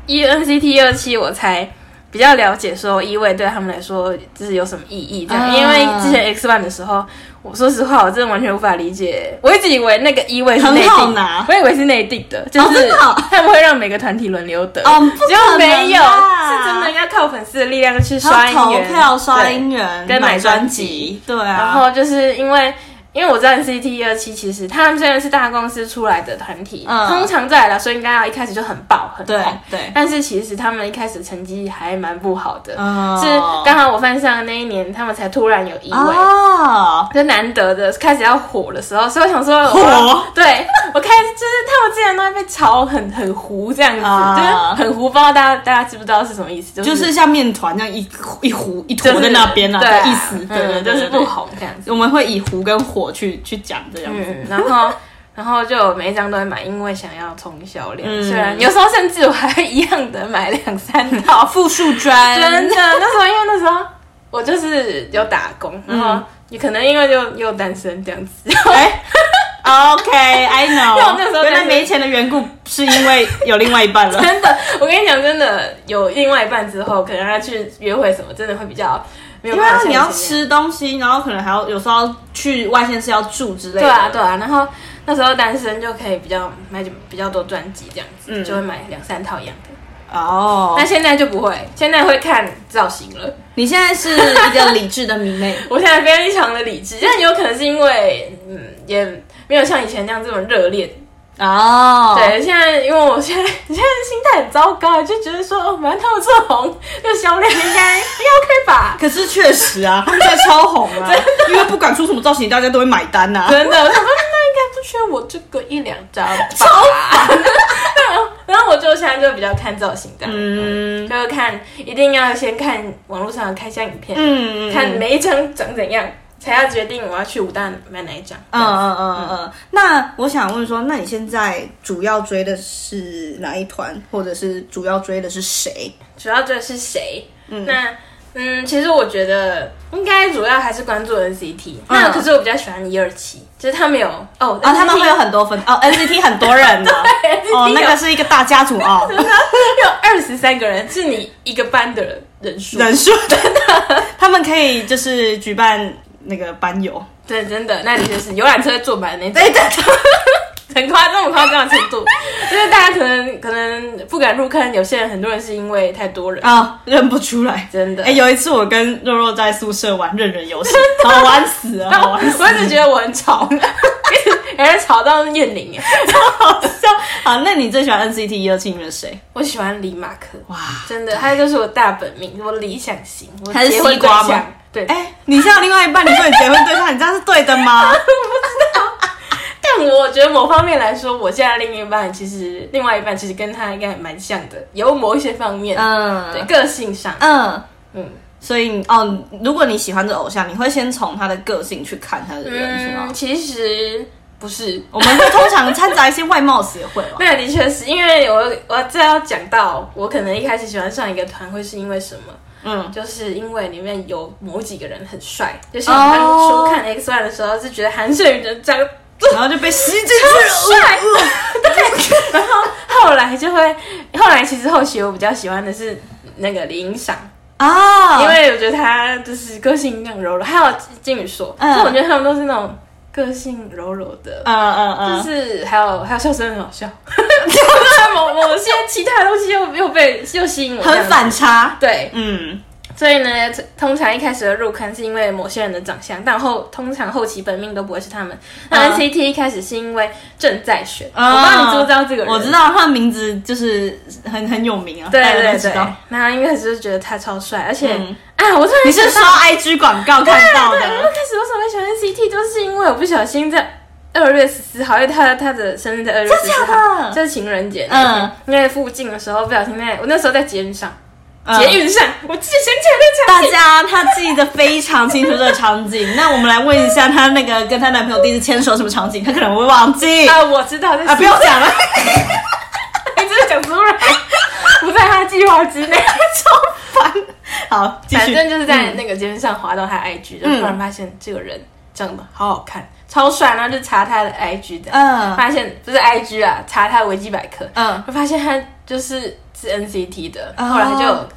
Speaker 2: E N C T 二期，我才比较了解说一位对他们来说就是有什么意义这样。
Speaker 1: 嗯
Speaker 2: 因为之前 X One 的时候，我说实话，我真的完全无法理解。我一直以为那个一位是内
Speaker 1: 很好
Speaker 2: 定
Speaker 1: 拿
Speaker 2: 我以为是内定的，就
Speaker 1: 哦
Speaker 2: 是
Speaker 1: 真的哦
Speaker 2: 他们会让每个团体轮流得。
Speaker 1: 哦不可能
Speaker 2: 结果没有，
Speaker 1: 啦
Speaker 2: 是真的要靠粉丝的力量去刷
Speaker 1: 刷
Speaker 2: 音
Speaker 1: 投
Speaker 2: 源、
Speaker 1: 票、刷
Speaker 2: 对
Speaker 1: 音源、
Speaker 2: 跟买
Speaker 1: 买
Speaker 2: 专
Speaker 1: 专辑，对啊，
Speaker 2: 然后就是因为。因为我知道 NCT 二七，其实他们虽然是大公司出来的团体，
Speaker 1: 嗯
Speaker 2: 通常再来说应该要一开始就很爆很
Speaker 1: 对
Speaker 2: 红，
Speaker 1: 对，
Speaker 2: 但是其实他们一开始成绩还蛮不好的，
Speaker 1: 嗯
Speaker 2: 是刚好我犯上的那一年，他们才突然有一位，
Speaker 1: 哦，
Speaker 2: 就难得的开始要火的时候，所以我想说我
Speaker 1: 火
Speaker 2: 对我开始就是他们之前都会被炒很很糊这样子，
Speaker 1: 啊
Speaker 2: 就是很糊，不知道大家大家知不知道是什么意思，
Speaker 1: 就是是像面团这样一一糊一
Speaker 2: 就
Speaker 1: 坨
Speaker 2: 是
Speaker 1: 在那边啊，
Speaker 2: 对啊
Speaker 1: 的意思，对对
Speaker 2: 嗯就
Speaker 1: 对，
Speaker 2: 是
Speaker 1: 对
Speaker 2: 不。红这样子。
Speaker 1: 对我们会以糊跟火去去讲这样子，
Speaker 2: 嗯，然后然后就有每一张都会买，因为想要冲销量。
Speaker 1: 嗯，
Speaker 2: 虽然有时候甚至我还会一样的买两三套
Speaker 1: 复数专
Speaker 2: <laughs> 真的。那时候因为那时候我就是有打工，然后也嗯可能因为就又单身这样子，
Speaker 1: 哎，OK，I <laughs>
Speaker 2: 因为我那时
Speaker 1: know，
Speaker 2: 候
Speaker 1: 原来
Speaker 2: 就是
Speaker 1: 没钱的缘故是因为有另外一半 <laughs> 了，
Speaker 2: 真的，我跟你讲，真的有另外一半之后，可能让他去约会什么，真的会比较没有
Speaker 1: 因为
Speaker 2: 办法像
Speaker 1: 你要
Speaker 2: 以前那样
Speaker 1: 吃东西，然后可能还要有时候要去外县市要住之类的，
Speaker 2: 对啊，对啊，然后那时候单身就可以比较买比较多专辑这样子，
Speaker 1: 嗯
Speaker 2: 就会买两三套一样的。
Speaker 1: 哦
Speaker 2: 那，现在就不会，现在会看造型了。
Speaker 1: 你现在是一个理智的迷妹，
Speaker 2: 我现在非常的理智，但有可能是因为，嗯，也没有像以前那样这么热恋。
Speaker 1: <laughs> 哦，
Speaker 2: 对，现在因为我现在现在心态很糟糕，就觉得说，哦，反正他们这么红，就销量应该应该 OK 吧。
Speaker 1: 可是确实啊，他们现在超红啊， <laughs> 因为不管出什么造型，大家都会买单呐、啊。
Speaker 2: 真的，我想说那应该不缺我这个一两张吧。超烦。然后我就现在就比较看造型这样，
Speaker 1: 嗯
Speaker 2: 就是看一定要先看网络上的开箱影片，
Speaker 1: 嗯
Speaker 2: 看每一张长怎样，才要决定我要去武大买哪一张。
Speaker 1: 嗯嗯嗯嗯。那我想问说，那你现在主要追的是哪一团，或者是主要追的是谁？
Speaker 2: 主要追的是谁？那嗯，其实我觉得应该主要还是关注 NCT、那可是我比较喜欢一二七，就是他们有哦，
Speaker 1: 啊，嗯他们会有很多分哦，NCT 很多人 <laughs> 呢、哦，那个是一个大家族哦，
Speaker 2: <laughs> 有二十三个人，是你一个班的人人数。
Speaker 1: <laughs> 人数真的， <laughs> 他们可以就是举办那个班游，
Speaker 2: 对，真的，那你就是游览车坐满那种。
Speaker 1: 对对，
Speaker 2: 很夸这么夸张的程度， <laughs> 就是大家可能可能不敢入坑，有些人很多人是因为太多人，
Speaker 1: 啊，认不出来。
Speaker 2: 真的。
Speaker 1: 哎、有一次我跟肉肉在宿舍玩认人游戏，好玩死
Speaker 2: <laughs>
Speaker 1: 了，好
Speaker 2: 我
Speaker 1: 玩死
Speaker 2: 我一直觉得我很吵， <laughs> 有人吵到怨灵哎。
Speaker 1: 了。 <laughs> 好，那你最喜欢 NCT 一二七里面的谁？
Speaker 2: 我喜欢李马克，
Speaker 1: 哇，
Speaker 2: 真的，他就是我大本命，我理想型，我
Speaker 1: 他是
Speaker 2: 结婚
Speaker 1: 西瓜
Speaker 2: 对象
Speaker 1: 吗
Speaker 2: 对，
Speaker 1: 哎、你现在有另外一半，你说你结婚对象，你这样是对的
Speaker 2: <laughs>
Speaker 1: 吗？
Speaker 2: 但我觉得某方面来说，我现在另一半其实另外一半其实跟他应该还蛮像的，有某一些方面，
Speaker 1: 嗯，
Speaker 2: 对，个性上，
Speaker 1: 嗯，
Speaker 2: 嗯，
Speaker 1: 所以你哦，如果你喜欢这偶像，你会先从他的个性去看他的人，是吗
Speaker 2: 嗯，？其实不是，
Speaker 1: 我们会通常掺杂一些外貌协会
Speaker 2: <laughs>
Speaker 1: 吧。
Speaker 2: 没有，的确是因为我我这要讲到，我可能一开始喜欢上一个团会是因为什么？
Speaker 1: 嗯，
Speaker 2: 就是因为里面有某几个人很帅，就
Speaker 1: 哦
Speaker 2: 像我当初看 X Y 的时候是觉得韩胜宇的长得
Speaker 1: 然后就被吸进
Speaker 2: <laughs>
Speaker 1: 去了。 <laughs>
Speaker 2: 帅，对，然后后来就会，后来其实后期我比较喜欢的是那个林赏，
Speaker 1: 啊，
Speaker 2: 因为我觉得他就是个性更柔柔，还有金宇硕，
Speaker 1: 嗯
Speaker 2: 嗯、我觉得他们都是那种个性柔柔的，
Speaker 1: 嗯嗯嗯，
Speaker 2: 就是还有还有笑声很好
Speaker 1: <laughs>
Speaker 2: 笑， <laughs> 就是某某些其他东西又又被又吸引我，
Speaker 1: 很。反差。
Speaker 2: 对，
Speaker 1: 嗯，
Speaker 2: 所以呢，通常一开始的入坑是因为某些人的长相，但后通常后期本命都不会是他们。那
Speaker 1: 嗯
Speaker 2: NCT 一开始是因为正在选，
Speaker 1: 嗯
Speaker 2: 我不知道你知不知道这个人，
Speaker 1: 我知。道他的名字就是很很有名啊，
Speaker 2: 对
Speaker 1: 大家
Speaker 2: 对
Speaker 1: 都知
Speaker 2: 对
Speaker 1: 道。，
Speaker 2: 然后一开始就觉得他超帅，而且、
Speaker 1: 嗯
Speaker 2: 啊，我突 <laughs> 然
Speaker 1: 你是
Speaker 2: 想到
Speaker 1: 刷 IG 广告看到
Speaker 2: 对，我一
Speaker 1: 的？
Speaker 2: 开始为什么会喜欢 CT，就是因为我不小心在二月十四号，因为他他的生日在二月十四
Speaker 1: 真假
Speaker 2: 号，
Speaker 1: 的
Speaker 2: 就是情人节那天
Speaker 1: 嗯，
Speaker 2: 因为附近的时候不小心在，我那时候在捷运上，
Speaker 1: 嗯
Speaker 2: 捷运上，我记得想起来那
Speaker 1: 大
Speaker 2: 场景，
Speaker 1: 家他记得非常清楚这个场景。那我们来问一下，她那个跟她男朋友第一次牵手什么场景？她可能会忘记啊，
Speaker 2: <laughs> 啊，我知道在
Speaker 1: 不用讲了。 <laughs>
Speaker 2: <laughs> 你真的讲出来，不在他的计划之内。
Speaker 1: 好， <laughs> 继
Speaker 2: 反
Speaker 1: 续。嗯
Speaker 2: 正就是在那个街上滑到他 IG，、就突然发现这个人长得好好看，超帅，然后就查他的 IG 的，
Speaker 1: 嗯
Speaker 2: 发现不是 IG 啊，查他维基百科，
Speaker 1: 嗯
Speaker 2: 就发现他就是是 NCT 的，
Speaker 1: 哦
Speaker 2: 后来就有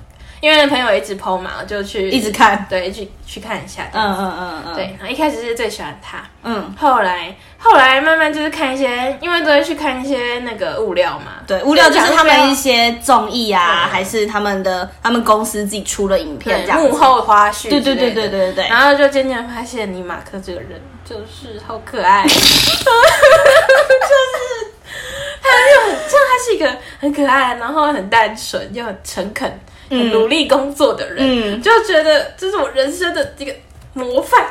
Speaker 2: 因为朋友一直 PO 嘛，就去
Speaker 1: 一直看
Speaker 2: 对，去去看一下，
Speaker 1: 嗯嗯嗯嗯，
Speaker 2: 对，，然后一开始是最喜欢他，
Speaker 1: 嗯，
Speaker 2: 后来后来慢慢就是看一些，因为都会去看一些那个物料嘛，
Speaker 1: 对，无聊就是他
Speaker 2: 所以讲
Speaker 1: 们
Speaker 2: 物
Speaker 1: 一些综艺啊，
Speaker 2: 对
Speaker 1: 还是他们的他们公司自己出了影片这样
Speaker 2: 对
Speaker 1: 子。
Speaker 2: 幕后花絮之类
Speaker 1: 对
Speaker 2: 的，
Speaker 1: 对对对对对对。
Speaker 2: 然后就渐渐发现，你马克这个人就是好
Speaker 1: <laughs>
Speaker 2: 可爱，就是他又很像他是一个很可爱，然后很单纯又很诚恳、很努力工作的人，
Speaker 1: 嗯
Speaker 2: 就觉得这是我人生的一个模范。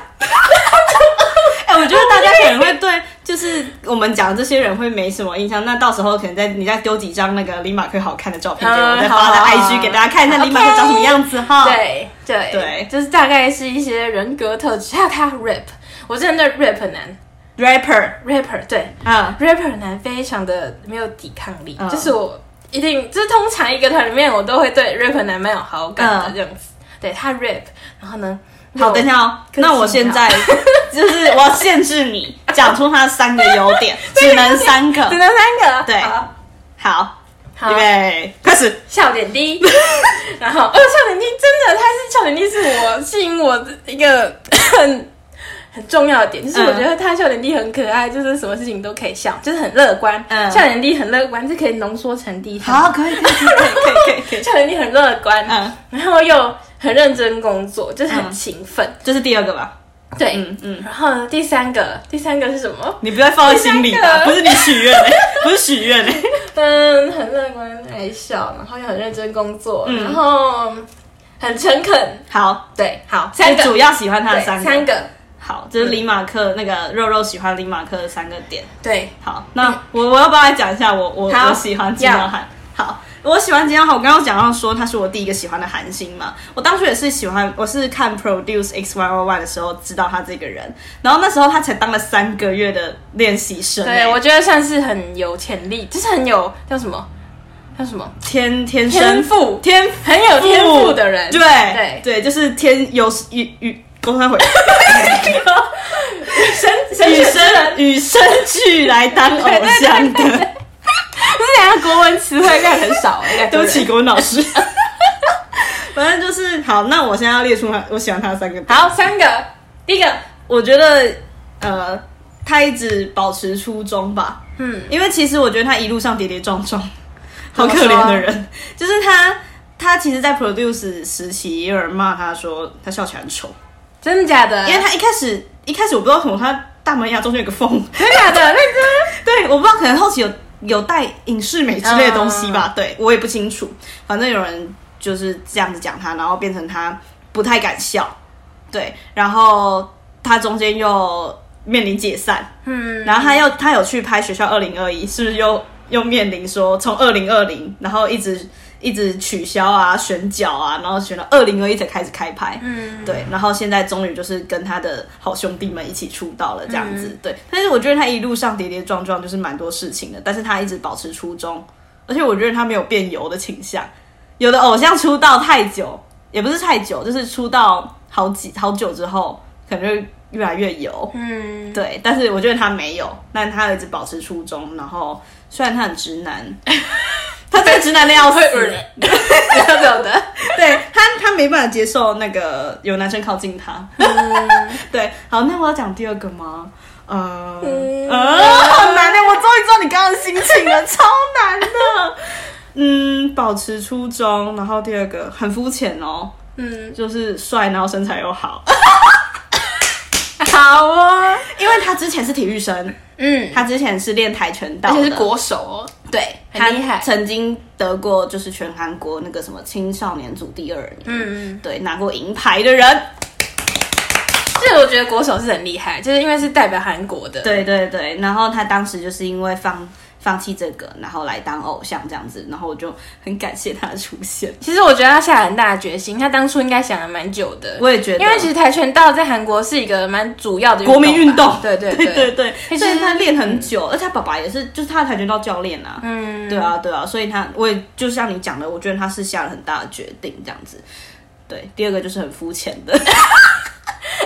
Speaker 1: 哎、我觉得大家可能会对，就是我们讲这些人会没什么印象。那到时候可能再你再丢几张那个李马克好看的照片给我，
Speaker 2: 嗯
Speaker 1: 再发在
Speaker 2: 好好好
Speaker 1: IG 给大家看一下李马克
Speaker 2: OK
Speaker 1: 长什么样子哈。，
Speaker 2: 对对
Speaker 1: 啊对
Speaker 2: 就是大概是一些人格特质，还有他 rap，我真的对 rap 男
Speaker 1: rapper，
Speaker 2: rapper 对
Speaker 1: 嗯
Speaker 2: rapper 男非常的没有抵抗力，
Speaker 1: 嗯
Speaker 2: 就是我一定，就是通常一个团里面我都会对 rapper 男蛮有好感的
Speaker 1: 嗯
Speaker 2: 这样子。对他 rap，然后呢，
Speaker 1: 好，等一下哦。
Speaker 2: 更
Speaker 1: 那我
Speaker 2: 新
Speaker 1: 现 <laughs>
Speaker 2: 啊
Speaker 1: 在就是我要限制你讲出他三个优点，只能三
Speaker 2: 有，只
Speaker 1: 个。
Speaker 2: 能三个，啊
Speaker 1: 对
Speaker 2: 好，
Speaker 1: 好，
Speaker 2: 好
Speaker 1: 预备，开始。
Speaker 2: 笑点低， <laughs> 然后哦，笑点低，真的，他是笑点低是我吸引我的一个很。很重要的点就是，
Speaker 1: 嗯
Speaker 2: 我觉得他笑点低很可爱，就是什么事情都可以笑，就是很乐观。
Speaker 1: 嗯
Speaker 2: 笑点低很乐观，这可以浓缩成低。，
Speaker 1: 好，可以，可以，可以，可以，可以。
Speaker 2: 笑点低很乐观，
Speaker 1: 嗯，
Speaker 2: 然后又很认真工作，就是很
Speaker 1: 嗯
Speaker 2: 勤奋。
Speaker 1: 这是第二个吧？
Speaker 2: 对，
Speaker 1: 嗯嗯，
Speaker 2: 然后呢，第三个，第三个是什么？
Speaker 1: 你不要放在心里
Speaker 2: 第三
Speaker 1: 吧？
Speaker 2: 个
Speaker 1: 不是你许愿的，不是许愿的。欸
Speaker 2: 嗯，很乐观、爱笑，然后又很认真工作，
Speaker 1: 嗯
Speaker 2: 然后很诚恳。
Speaker 1: 好，
Speaker 2: 对，好，三
Speaker 1: 你
Speaker 2: 个，
Speaker 1: 主要喜欢他的
Speaker 2: 对
Speaker 1: 三个。
Speaker 2: 三个，
Speaker 1: 好，这是李马克那个肉肉喜欢李马克的三个点。
Speaker 2: 对，
Speaker 1: 好，那我我要不要来讲一下我我
Speaker 2: 嗯好
Speaker 1: 我喜欢金耀汉？好，我喜欢金耀汉。我刚刚讲到说他是我第一个喜欢的韩星嘛，我当初也是喜欢，我是看 Produce X Y Y Y 的时候知道他这个人，然后那时候他才当了三个月的练习生、
Speaker 2: 对，我觉得算是很有潜力，就是很有叫什么，叫什么
Speaker 1: 天天生
Speaker 2: 天赋，
Speaker 1: 天
Speaker 2: 很有天赋的人，
Speaker 1: 对
Speaker 2: 对，
Speaker 1: 对，就是天有与与公三回。
Speaker 2: <laughs> 神神
Speaker 1: 与
Speaker 2: 选之人
Speaker 1: 生，与生俱来当偶像的，
Speaker 2: 可是人家国文词汇量很少，哎，
Speaker 1: <laughs> 对不起，。国文老师。反正就是好，那我现在要列出他，我喜欢他的三个点。
Speaker 2: 好，三个，第一个
Speaker 1: 我觉得呃，他一直保持初衷吧。嗯，因为其实我觉得他一路上跌跌撞 <laughs> 撞，好可怜的人。就是他，他其实，在 produce 时期，也有人骂他说他笑起来很丑，
Speaker 2: 真的假的？
Speaker 1: 因为他一开始一开始我不知道为什么他大门牙中间有个缝，
Speaker 2: 真的假 <laughs> 的？认真。
Speaker 1: <laughs> 对，我不知道可能后期有有带影视美之类的东西吧，对我也不清楚。反正有人就是这样子讲他，然后变成他不太敢笑，对，然后他中间又面临解散，
Speaker 2: 嗯，
Speaker 1: 然后他又他有去拍《学校二零二一》，是不是又又面临说从二零二零，然后一直一直取消啊、选角啊，然后选到二零二一才开始开拍。嗯，对，然后现在终于就是跟他的好兄弟们一起出道了，这样子。对，但是我觉得他一路上跌跌撞撞，就是蛮多事情的，但是他一直保持初衷，而且我觉得他没有变油的倾向。有的偶像出道太久，也不是太久，就是出道好几好久之后，可能就越来越油。
Speaker 2: 嗯， <laughs>
Speaker 1: 对，但是我觉得他没有，但他一直保持初衷。然后虽然他很直
Speaker 2: <laughs>
Speaker 1: 男，他最直男的要死，
Speaker 2: 要走的。
Speaker 1: 对他他没办法接受那个有男生靠近他。
Speaker 2: 嗯
Speaker 1: <laughs> 对，好，那我要讲第二个吗？呃，
Speaker 2: 嗯
Speaker 1: 呃，好难的，我终于知道你刚刚的心情了，超难的。嗯，保持初衷，然后第二个很肤浅哦，
Speaker 2: 嗯，
Speaker 1: 就是帅，然后身材又好， <laughs>
Speaker 2: 好哦。
Speaker 1: 因为他之前是体育生，
Speaker 2: 嗯，
Speaker 1: 他之前是练跆拳道
Speaker 2: 而
Speaker 1: 的，
Speaker 2: 且是国手哦。
Speaker 1: 对，
Speaker 2: 很厉害
Speaker 1: 曾经得过就是全韩国那个什么青少年组第二名，
Speaker 2: 嗯，
Speaker 1: 对，拿过银牌的人，
Speaker 2: 这我觉得国手是很厉害，就是因为是代表韩国的。，
Speaker 1: 对对对。然后他当时就是因为放放弃这个，然后来当偶像这样子，然后我就很感谢他的出
Speaker 2: <laughs>
Speaker 1: 现。
Speaker 2: 其实我觉得他下了很大的决心，他当初应该想了蛮久的。
Speaker 1: 我也觉得，
Speaker 2: 因为其实跆拳道在韩国是一个蛮主要的
Speaker 1: 国民运动
Speaker 2: 吧，对 <laughs> 对
Speaker 1: 对对
Speaker 2: 对，
Speaker 1: 对，
Speaker 2: 其实
Speaker 1: 所以他练很久，而且他爸爸也是，就是他的跆拳道教练啊，
Speaker 2: 嗯，
Speaker 1: 对啊对啊，所以他我也就像你讲的，我觉得他是下了很大的决定这样子。对，第二个就是很肤浅的，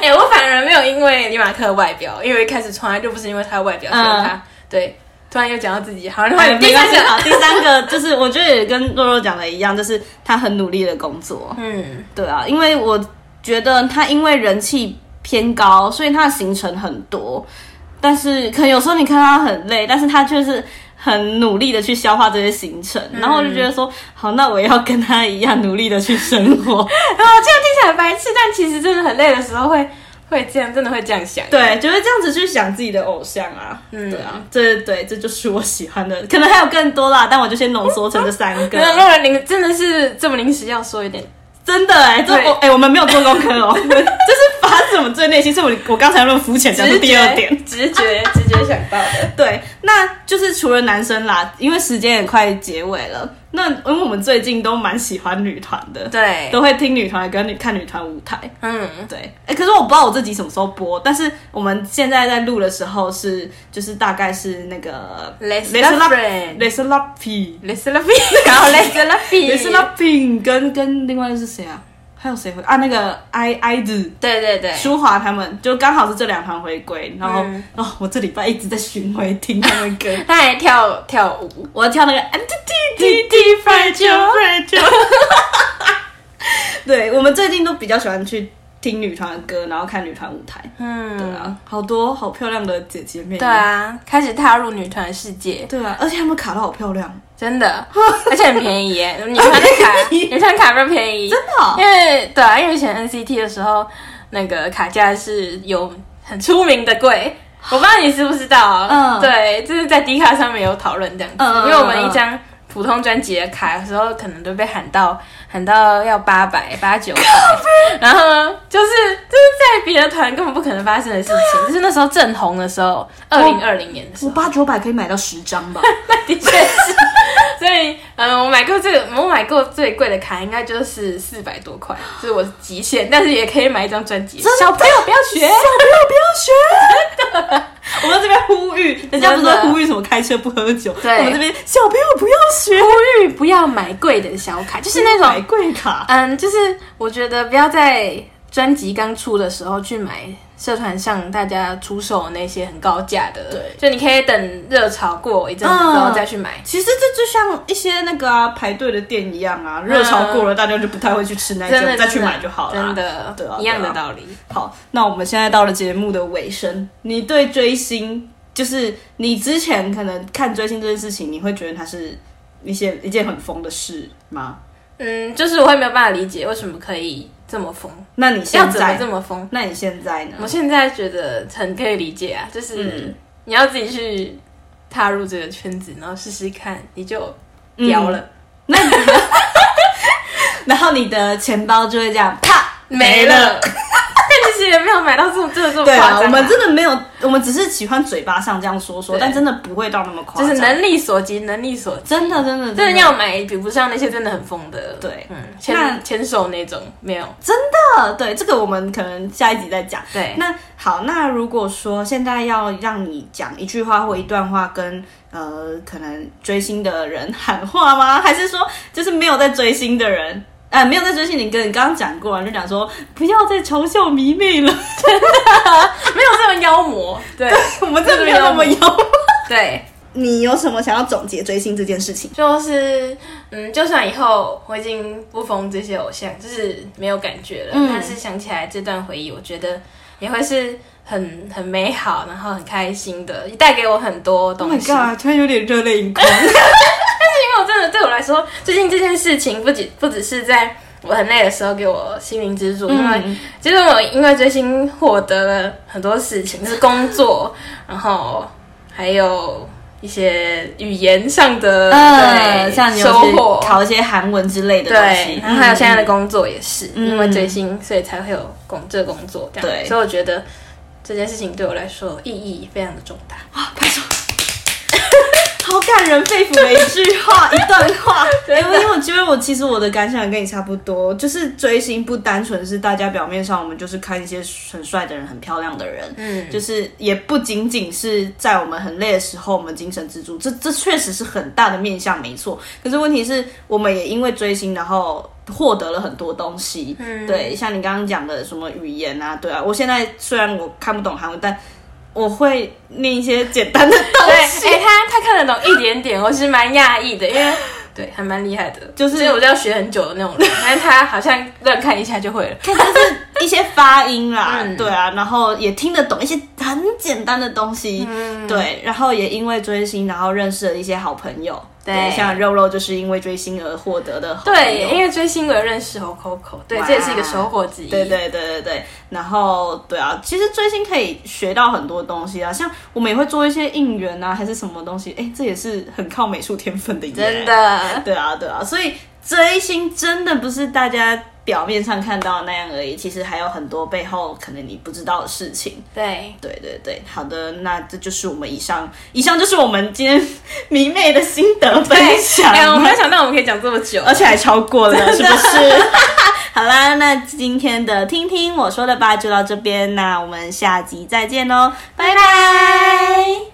Speaker 2: 哎、我反而没有因为李马克的外表，因为我一开始从来就不是因为他的外表喜欢他，对，突然又讲到自己，
Speaker 1: <laughs>
Speaker 2: 好，然后
Speaker 1: 哎，
Speaker 2: 嗯第
Speaker 1: 没
Speaker 2: 三
Speaker 1: 关系
Speaker 2: 个，
Speaker 1: 啊。第三个就是，我觉得也跟肉肉讲的一样，就是他很努力的工作。
Speaker 2: 嗯，
Speaker 1: 对啊，因为我觉得他因为人气偏高，所以他的行程很多。但是可能有时候你看他很累，但是他却是很努力的去消化这些行程。然后我就觉得说，好，那我也要跟他一样努力的去生活。 <laughs>
Speaker 2: <laughs> 然后哦这样听起来白痴，但其实真的很累的时候会会这样，真的会这样想，
Speaker 1: 对，就会这样子去想自己的偶像啊。
Speaker 2: 嗯
Speaker 1: 对啊，这对这就是我喜欢的，可能还有更多啦，但我就先浓缩成这三 <laughs> 个。
Speaker 2: 那让人临真的是这么临时要说一点，
Speaker 1: 真的哎、这
Speaker 2: 对
Speaker 1: 我哎、我们没有做功课 <laughs> 哦，我们这是发自我们最内心，是我我刚才那么肤浅讲的
Speaker 2: 直觉
Speaker 1: 第二点。，
Speaker 2: 直觉直觉想到的，
Speaker 1: 对，那就是除了男生啦，因为时间也快结尾了，那因为我们最近都蛮喜欢女团的，
Speaker 2: 对，
Speaker 1: 都会听女团跟女看女团舞台。
Speaker 2: 嗯，
Speaker 1: 对，哎、可是我不知道我这集什么时候播，但是我们现在在录的时候是，就是大概是那个
Speaker 2: Let's
Speaker 1: Love
Speaker 2: Love Friend
Speaker 1: Let's Love P
Speaker 2: l e s l a b i
Speaker 1: <laughs>
Speaker 2: 然后 l e s <laughs> l a b i
Speaker 1: Let's Love P 跟跟另外是谁啊？还有谁会啊？那个 I I 子。
Speaker 2: 对对对，
Speaker 1: 舒华他们就刚好是这两团回归，然后、
Speaker 2: 嗯
Speaker 1: 哦，我这礼拜一直在巡回听他
Speaker 2: <laughs>
Speaker 1: 们歌，
Speaker 2: 他还跳跳舞，
Speaker 1: 我要跳那个 NTT
Speaker 2: 滴滴
Speaker 1: f
Speaker 2: 发
Speaker 1: r
Speaker 2: 球
Speaker 1: f r <laughs> 对，我们最近都比较喜欢去听女团的歌，然后看女团舞台。
Speaker 2: 嗯，
Speaker 1: 对啊，好多好漂亮的姐姐妹妹。
Speaker 2: 对，啊，开始踏入女团世界，
Speaker 1: 对啊，而且她们卡到好漂亮，<laughs>
Speaker 2: 真的，而且很便宜耶，女团的卡，
Speaker 1: 便宜
Speaker 2: 女团卡比较便宜，
Speaker 1: 真的哦
Speaker 2: 因为对啊，因为以前 NCT 的时候，那个卡价是有很出名的
Speaker 1: <gasps>
Speaker 2: 贵，我不知道你知不知道，
Speaker 1: 嗯
Speaker 2: 对，就是在 D 卡上面有讨论这样子，
Speaker 1: 嗯嗯嗯
Speaker 2: 因为我们一张普通专辑的卡有时候可能都被喊到喊到要八百八
Speaker 1: <laughs>
Speaker 2: 九百，然后就是就是在别的团根本不可能发生的事
Speaker 1: 啊
Speaker 2: 情，就是那时候正红的时候，二零二零年的时
Speaker 1: 我
Speaker 2: 候。
Speaker 1: 八九百可以买到十张吧。
Speaker 2: 的确是。所以，嗯，我买过最我买过最贵的卡，应该就是四百多块，这是我极限，但是也可以买一张专辑。
Speaker 1: 的
Speaker 2: <laughs> 小朋友不要学， <laughs>
Speaker 1: 我们这边呼吁，人家不是
Speaker 2: 真的
Speaker 1: 说呼吁什么开车不喝酒，
Speaker 2: 对
Speaker 1: 我们这边小朋友不要学，
Speaker 2: 呼吁不要买贵的小卡，就是那
Speaker 1: 买
Speaker 2: 种，
Speaker 1: 贵卡。
Speaker 2: 嗯，就是我觉得不要在专辑刚出的时候去买社团上大家出售那些很高价的，
Speaker 1: 对
Speaker 2: 就你可以等热潮过一阵子之后
Speaker 1: 嗯
Speaker 2: 再去买。
Speaker 1: 其实这就像一些那个、啊、排队的店一样啊，热潮过了，大家就不太会去吃那
Speaker 2: 嗯真的
Speaker 1: 种，再
Speaker 2: 真
Speaker 1: 去
Speaker 2: 的
Speaker 1: 买就好了。
Speaker 2: 真的，
Speaker 1: 对啊
Speaker 2: 一样
Speaker 1: 对
Speaker 2: 的
Speaker 1: 啊
Speaker 2: 道理。
Speaker 1: 好，那我们现在到了节目的尾声，你对追星，就是你之前可能看追星这件事情，你会觉得它是一些一件很疯的事吗？
Speaker 2: 嗯，就是我会没有办法理解为什么可以这么疯，
Speaker 1: 那你
Speaker 2: 要
Speaker 1: 现
Speaker 2: 怎么
Speaker 1: 在
Speaker 2: 这，么嗯疯？
Speaker 1: 那你现在呢？
Speaker 2: 我现在觉得很可以理解啊，就是你要自己去踏入这个圈子，然后试试看，你就屌了，
Speaker 1: 然后你的钱包就会这样啪
Speaker 2: 没了。。但 <laughs> 其实也没有买到这么这么这么
Speaker 1: 对
Speaker 2: 夸张
Speaker 1: 啊，
Speaker 2: 啊，
Speaker 1: 我们真的没有，我们只是喜欢嘴巴上这样说说，
Speaker 2: 对
Speaker 1: 但真的不会到那么夸
Speaker 2: 就
Speaker 1: 张。
Speaker 2: 是能力所及，能力所及。
Speaker 1: 真的真的
Speaker 2: 真的要买比不上那些真的很疯的，
Speaker 1: 对
Speaker 2: 嗯，
Speaker 1: 那
Speaker 2: 牵牵手那种没有，
Speaker 1: 呃，对，这个我们可能下一集再讲。
Speaker 2: 对
Speaker 1: 那好，那如果说现在要让你讲一句话或一段话跟呃，可能追星的人喊话吗？还是说就是没有在追星的人？ <laughs> 呃，没有在追星，你跟你刚刚讲过了，就讲说不要再嘲笑迷妹了。 <laughs>
Speaker 2: 没有这么妖魔，对
Speaker 1: 我们真的没有那么妖。
Speaker 2: 对，
Speaker 1: 你有什么想要总结追星这件事情？
Speaker 2: 就是嗯，就算以后我已经不疯这些偶像，就是没有感觉了，
Speaker 1: 嗯
Speaker 2: 但是想起来这段回忆，我觉得也会是很很美好，然后很开心的，带给我很多东西。
Speaker 1: Oh 突然有点热泪盈 <laughs> 眶。
Speaker 2: 因为我真的对我来说，最近这件事情不仅不只是在我很累的时候给我心灵支柱，因为
Speaker 1: 嗯
Speaker 2: 其实我因为追星获得了很多事情，就是工作，然后还有一些语言上的、
Speaker 1: 呃，
Speaker 2: 对
Speaker 1: 像你有
Speaker 2: 收
Speaker 1: 去
Speaker 2: 获，
Speaker 1: 考一些韩文之类的东
Speaker 2: 对
Speaker 1: 西，，
Speaker 2: 然后还有现在的工作也是、
Speaker 1: 嗯
Speaker 2: 因为追星，所以才会有工这个工作这样，
Speaker 1: 对
Speaker 2: 所以我觉得这件事情对我来说意义非常的重大。
Speaker 1: 好感人肺腑的一句话，一段话。因为因为我觉得我其实我的感想跟你差不多，就是追星不单纯是大家表面上我们就是看一些很帅的人、很漂亮的人，
Speaker 2: 嗯
Speaker 1: 就是也不仅仅是在我们很累的时候我们精神支柱，这这确实是很大的面向，没错。可是问题是，我们也因为追星，然后。获得了很多东西，
Speaker 2: 嗯
Speaker 1: 对，像你刚刚讲的什么语言啊，对啊，我现在虽然我看不懂韩文，但我会念一些简单的
Speaker 2: 对，
Speaker 1: 东西。
Speaker 2: 哎、他他看得懂一点点，我是蛮讶异的，因为
Speaker 1: <laughs>
Speaker 2: 对还蛮厉害的，
Speaker 1: 就是
Speaker 2: 所以我就要学很久的那种
Speaker 1: <laughs>
Speaker 2: 人，但是他好像乱看一下就会了。
Speaker 1: 看就是一些发音啦，
Speaker 2: 嗯
Speaker 1: 对啊，然后也听得懂一些很简单的东西，
Speaker 2: 嗯
Speaker 1: 对，然后也因为追星，然后认识了一些好朋友，
Speaker 2: 对
Speaker 1: 像肉肉就是因为追星而获得的好朋友，
Speaker 2: 对，因为追星我有认识 Coco，对
Speaker 1: 哇，
Speaker 2: 这也是一个收获之一。
Speaker 1: 对对对对对，然后对啊，其实追星可以学到很多东西啊，像我们也会做一些应援啊，还是什么东西，哎，这也是很靠美术天分的耶，
Speaker 2: 真的，
Speaker 1: 对啊，对啊，所以追星真的不是大家表面上看到的那样而已，其实还有很多背后可能你不知道的事情。
Speaker 2: 对，
Speaker 1: 对对对，好的，那这就是我们以上，以上就是我们今天迷妹的心得分享。
Speaker 2: 哎、我没有想到我们可以讲这么久，
Speaker 1: 而且还超过了，是不是？ <laughs> 好啦，那今天的听听我说的吧，就到这边，那我们下集再见喽，拜拜